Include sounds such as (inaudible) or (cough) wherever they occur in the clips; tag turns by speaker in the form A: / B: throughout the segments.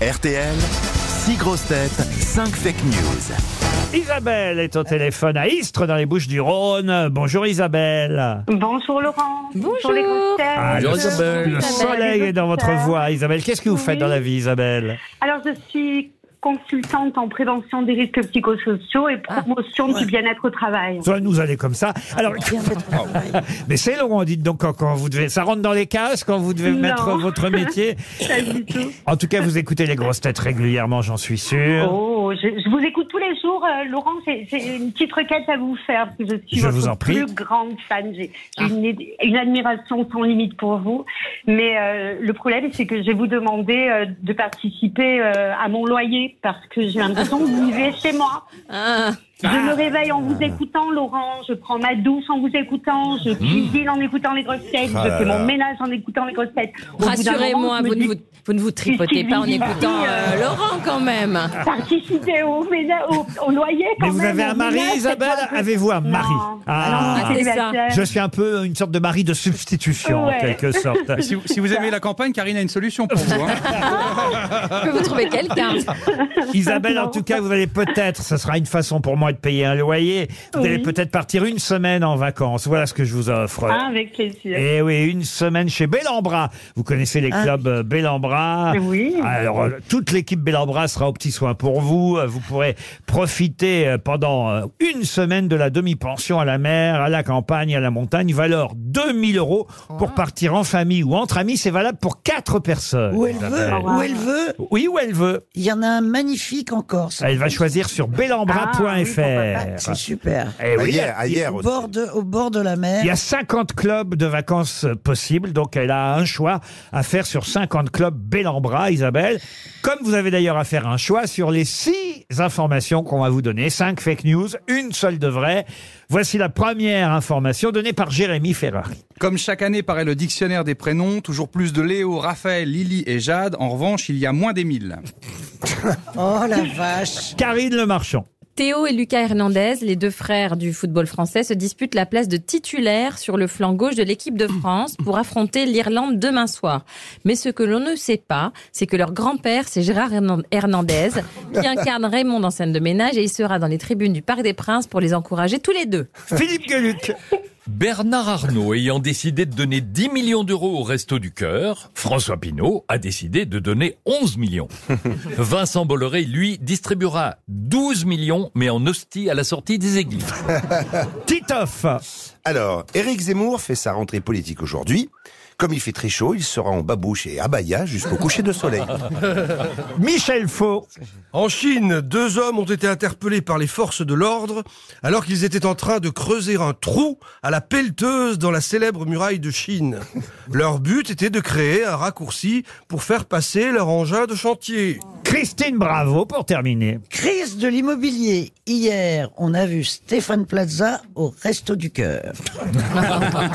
A: RTL, 6 grosses têtes, 5 fake news.
B: Isabelle est au téléphone à Istres dans les Bouches du Rhône. Bonjour Isabelle.
C: Bonjour Laurent.
D: Bonjour.
C: les grosses têtes.
B: Ah, le,
D: Isabelle.
B: le soleil est dans votre voix. Isabelle, qu'est-ce que vous faites dans la vie Isabelle
C: Alors je suis consultante en prévention des risques psychosociaux et promotion du bien-être au travail.
B: Soit nous allez comme ça. Alors, (laughs) Oh. mais c'est Laurent, dites donc quand, quand vous devez, ça rentre dans les cases quand vous devez
C: Non.
B: mettre votre métier.
C: (laughs) Pas du tout.
B: En tout cas, vous écoutez les grosses têtes régulièrement, j'en suis sûr.
C: Oh, je, je vous écoute tous les jours, euh, Laurent. J'ai j'ai une petite requête à vous faire parce que je suis
B: Je
C: votre
B: vous en prie.
C: plus grande fan. J'ai j'ai une, une admiration sans limite pour vous. Mais euh, le problème, c'est que je vais vous demander euh, de participer euh, à mon loyer parce que j'ai l'impression que vous vivez chez moi.
D: Ah,
C: Je me réveille en
B: Ah.
C: vous écoutant, Laurent. Je prends ma douche en vous écoutant. Je
B: Hmm.
C: cuisine en écoutant les grosses têtes.
A: Ah
C: je
A: là
C: fais
A: là.
C: mon ménage en écoutant les grosses têtes. Au bout d'un moment,
D: Rassurez-moi,
C: je me
D: vous, ne
C: dis,
D: vous- vous ne vous
C: (laughs)
D: tripotez pas en
C: Qu'est-ce qu'il
D: écoutant
C: dit,
D: euh,
C: euh,
D: Laurent quand même.
C: Participez au, ménage, au, au loyer quand
B: Mais vous
C: même,
B: avez
C: au
B: un mari,
C: ménage,
B: Isabelle
C: c'est pas un peu-
B: Avez-vous un mari
C: Non.
B: Ah.
C: Non, je suis
D: Ah, c'est ça.
C: célibataire.
B: Je suis un peu une sorte de mari de substitution en
C: Ouais.
B: quelque
C: (laughs)
B: sorte.
E: Si, vous- si vous aimez la campagne, Karine a une solution pour vous. hein.
D: Je
C: Ah.
D: peux vous
C: (laughs)
D: trouver quelqu'un.
B: Isabelle, en tout cas, vous allez peut-être, ce sera une façon pour moi de payer un loyer, vous allez peut-être partir une semaine en vacances. Voilà ce que je vous offre.
C: Ah, avec plaisir.
B: Eh oui, une semaine chez Bellambra. Vous connaissez
F: Ah.
B: les clubs euh, Bellambra.
C: Oui.
B: Alors, euh, toute l'équipe Bellambra sera au petit soin pour vous. Euh, Vous pourrez profiter euh, pendant euh, une semaine de la demi-pension à la mer, à la campagne, à la montagne, valeur 2000 euros pour partir en famille ou entre amis. C'est valable pour quatre personnes.
F: Où elle
B: Isabelle.
F: veut, où elle veut.
B: Oui, où elle veut.
F: Il y en a un magnifique en Corse.
B: Elle va choisir sur
C: Ah, oui,
B: bellambra.fr.
F: Ah, c'est super.
B: Eh oui,
A: Ailleurs, ailleurs
F: au,
A: ah, aussi.
F: bord de, au bord de la
B: Il y
F: mer.
B: a 50 clubs de vacances euh, possibles, donc elle a un choix à faire sur 50 clubs Bellambra, Isabelle. Comme vous avez d'ailleurs à faire un choix sur les 6 informations qu'on va vous donner, 5 fake news, une seule de vraie. Voici la première information donnée par Jérémy Ferrari.
E: Comme chaque année paraît le dictionnaire des prénoms, toujours plus de Léo, Raphaël, Lily et Jade. En revanche, il y a moins d'Émile.
F: Oh la vache.
B: Karine Le Marchand.
D: Théo et Lucas Hernandez, les deux frères du football français, se disputent la place de titulaire sur le flanc gauche de l'équipe de France pour affronter l'Irlande demain soir. Mais ce que l'on ne sait pas, c'est que leur grand-père, c'est Gérard Hernan- Hernandez, qui
C: (laughs)
D: incarne Raymond dans scène de ménage et il sera dans les tribunes du Parc des Princes pour les encourager tous les deux.
B: Philippe Gueluc.
G: Bernard Arnault ayant décidé de donner 10 millions d'euros au Resto du Cœur, François Pinault a décidé de donner 11 millions. Vincent Bolloré, lui, distribuera 12 millions, mais en hostie à la sortie des églises.
B: Titoff.
A: Alors, Éric Zemmour fait sa rentrée politique aujourd'hui. Comme il fait très chaud, il sera en babouche et abaya jusqu'au coucher de soleil.
B: Michel Faux.
H: En Chine, deux hommes ont été interpellés par les forces de l'ordre alors qu'ils étaient en train de creuser un trou à la pelleteuse dans la célèbre muraille de Chine. Leur but était de créer un raccourci pour faire passer leur engin de chantier.
B: Christine Bravo pour terminer.
F: Crise de l'immobilier. Hier, on a vu Stéphane Plaza au Resto du Cœur.
C: Ah.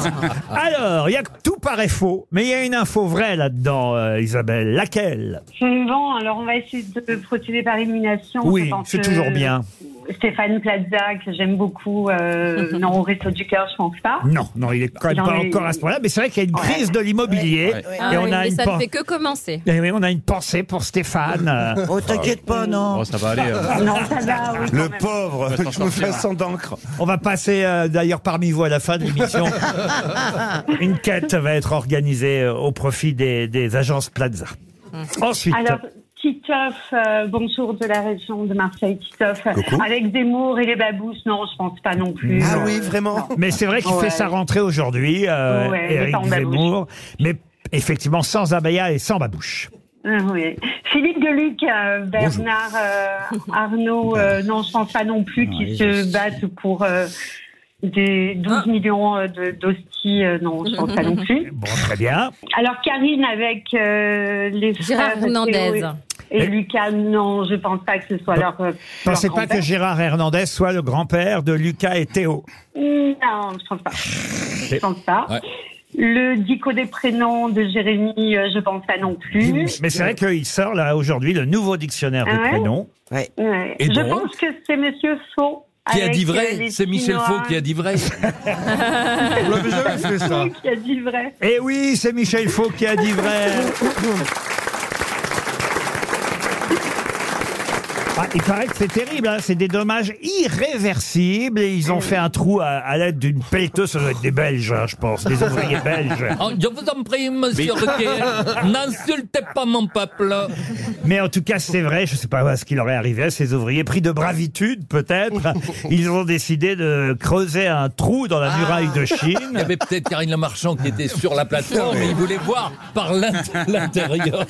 B: Alors, il y a que tout paraît faux, mais il y a une info vraie là-dedans, euh, Isabelle. Laquelle
C: Bon, alors on va essayer de procéder par élimination.
B: Oui,
C: Je pense
B: c'est
C: que
B: toujours bien.
C: Stéphane Plaza, que j'aime
B: (laughs)
C: beaucoup, euh, non, au Resto du Cœur, je pense pas.
B: Non, non, il est quand même
C: Non,
B: pas
C: mais-
B: encore à ce point-là, mais c'est vrai qu'il y a une crise de l'immobilier
F: Ouais, ouais.
B: et
D: Ah
B: on
D: oui,
B: a
D: mais
B: une
D: ça
B: pen-
D: ne fait que commencer.
B: Eh oui, on a une pensée pour Stéphane.
C: (laughs)
B: euh,
F: Oh, t'inquiète pas, non.
E: ça va aller. hein.
C: Non, ça va, oui,
A: Le
C: quand même.
A: pauvre,
E: s'en
A: je me fais
E: sortir.
A: sans d'encre.
B: on va passer euh, d'ailleurs parmi vous à la fin de
C: (laughs)
B: l'émission. une quête va être organisée euh, au profit des, des agences Plaza. Ensuite,
C: Hmm. Alors, Titoff, euh, bonjour de la région de Marseille, Titoff.
A: Coucou.
C: Avec Zemmour et les babouches, non, je pense pas non plus.
A: Ah
C: Euh,
A: oui, vraiment
B: mais c'est vrai qu'il
C: Ouais.
B: fait sa rentrée aujourd'hui, euh,
C: Ouais, mais
B: Éric
C: pas en babouche.
B: Zemmour, mais effectivement sans abaya et sans babouche.
C: Ah Oui. Philippe Deluc, euh, Bernard euh,
A: (laughs)
C: Arnault, euh, non, je pense pas non plus qu'ils se battent pour euh, des 12
D: Ah.
C: millions euh, de- d'hosties, euh, non, je pense pas
D: (laughs)
C: non plus.
B: Bon, très bien.
C: Alors Karine avec euh, les
D: Gérard
C: frères
D: Hernandez.
C: Théo et, et Lucas, non, je pense pas que ce
A: Bah,
C: soit leur. euh,
B: Pensez
C: leur
B: pas que
C: grand-père.
B: Gérard Hernandez soit le grand-père de Lucas et Théo.
C: Non, je pense pas. Je pense pas.
G: Ouais.
C: Le dico des prénoms de Jérémy, euh, je pense pas non plus.
B: Mais c'est vrai qu'il sort là aujourd'hui le nouveau dictionnaire des
C: Ah ouais
B: prénoms.
C: Ouais.
G: Et
C: je
G: donc
C: pense que c'est Monsieur Faux.
G: Qui a
C: avec,
G: dit
C: euh,
G: vrai
C: les
G: C'est Michel
C: Chinois.
G: Faux qui a dit vrai.
H: On l'avait jamais fait ça.
C: Qui a dit vrai.
B: Eh oui, c'est Michel Faux qui a dit vrai. Ah, il paraît que c'est terrible, hein, c'est des dommages irréversibles et ils ont fait un trou à, à l'aide d'une pelleteuse, ça doit être des Belges, hein, je pense, des ouvriers belges.
G: Oh, je vous en prie, monsieur Ruquier,
C: (laughs)
G: n'insultez pas mon peuple.
B: Mais en tout cas, c'est vrai, je ne sais pas ce qu'il aurait arrivé à ces ouvriers, pris de bravitude peut-être, ils ont décidé de creuser un trou dans la muraille de
G: Il y (laughs)
B: Chine.
G: avait peut-être Karine Le Marchand qui était sur la plateforme et il voulait voir par l'int- l'intérieur.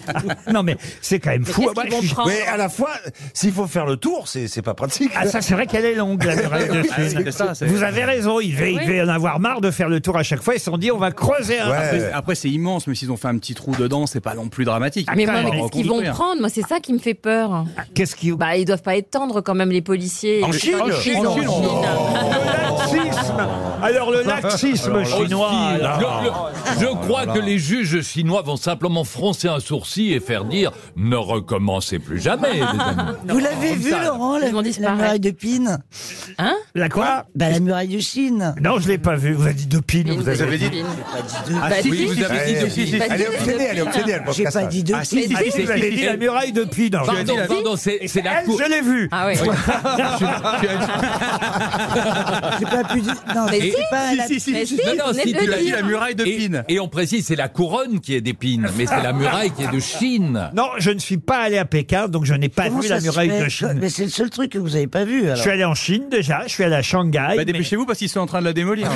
B: Non mais c'est quand même fou.
D: qu'est-ce qu'ils
B: Moi,
D: vont
B: je suis-
D: prendre
A: Mais à la fois, s'il faut faire le tour, c'est c'est pas pratique.
B: Ah ça c'est vrai qu'elle est longue la muraille de
E: Ah,
B: Chine.
E: c'est ça, c'est-
B: Vous avez raison, il devait, il
D: Oui.
B: devait en avoir marre de faire le tour à chaque fois. Ils se sont dit on va creuser un.
A: Ouais.
E: Après, après, c'est immense, mais s'ils ont fait un petit trou dedans, c'est pas non plus dramatique.
D: Mais
E: Ils
D: moi,
E: vont
D: mais qu'est-ce qu'ils vont
E: reconstruire.
D: prendre Moi, c'est ça qui me fait peur.
B: Qu'est-ce qui
D: Bah, ils doivent pas étendre quand même les policiers.
A: En
D: Ils-
A: Chine
D: En Chine, en
E: En Chine,
D: Chine.
B: Le laxisme. Alors le laxisme chinois.
G: Aussi,
B: alors.
G: le- le- je crois que les juges chinois vont simplement froncer un sourcil et faire dire ne recommencez
D: (laughs)
G: plus jamais. les amis.
F: Vous l'avez vu,
G: ça.
F: Laurent, la,
D: Ils vont
F: la
D: disparaître.
F: muraille de Pine
D: Hein
B: La quoi
F: Bah, la muraille de Chine.
B: Non, je l'ai pas vu. Vous avez dit de pine.
D: Ils
B: Vous avez...
A: avez dit-
D: Ils-
E: Ah,
D: Bah,
E: si,
D: si, Bah,
E: vous avez dit
A: si,
E: de-
A: si,
D: (laughs) si.
A: Elle est obsédée, elle est obsénée, elle pense
F: J'ai
A: qu'à
F: pas
A: ça.
F: dit de
E: Ah, si,
F: Pine.
E: si,
B: Ah,
E: si,
B: vous avez dit la muraille de pine.
G: Pardon,
E: la-
G: pardon, c'est c'est la
B: Elle,
G: cour.
B: je l'ai vu.
D: Ah ouais.
F: J'ai pas pu dire. Non,
D: Mais
F: c'est
D: si,
F: pas la-
E: Si, si,
D: Mais
E: si, Bah,
D: si,
G: Non, non,
D: venez
G: si,
D: de
G: tu
D: le
G: l'as dit,
D: dire.
E: la muraille de
G: Et,
E: Pine.
G: et on précise, c'est la couronne qui est d'épines, mais c'est la muraille qui est de Chine.
B: Non, je ne suis pas allé à Pékin, donc je n'ai pas
F: Comment
B: vu
F: ça
B: la
F: se
B: muraille
F: fait
B: de Chine.
F: Mais c'est le seul truc que vous avez pas vu.
B: Je
F: Alors.
B: suis allé en Chine déjà, je suis allé à Shanghai.
E: Bah,
B: mais-
E: (laughs) dépêchez-vous parce qu'ils sont en train de la démolir.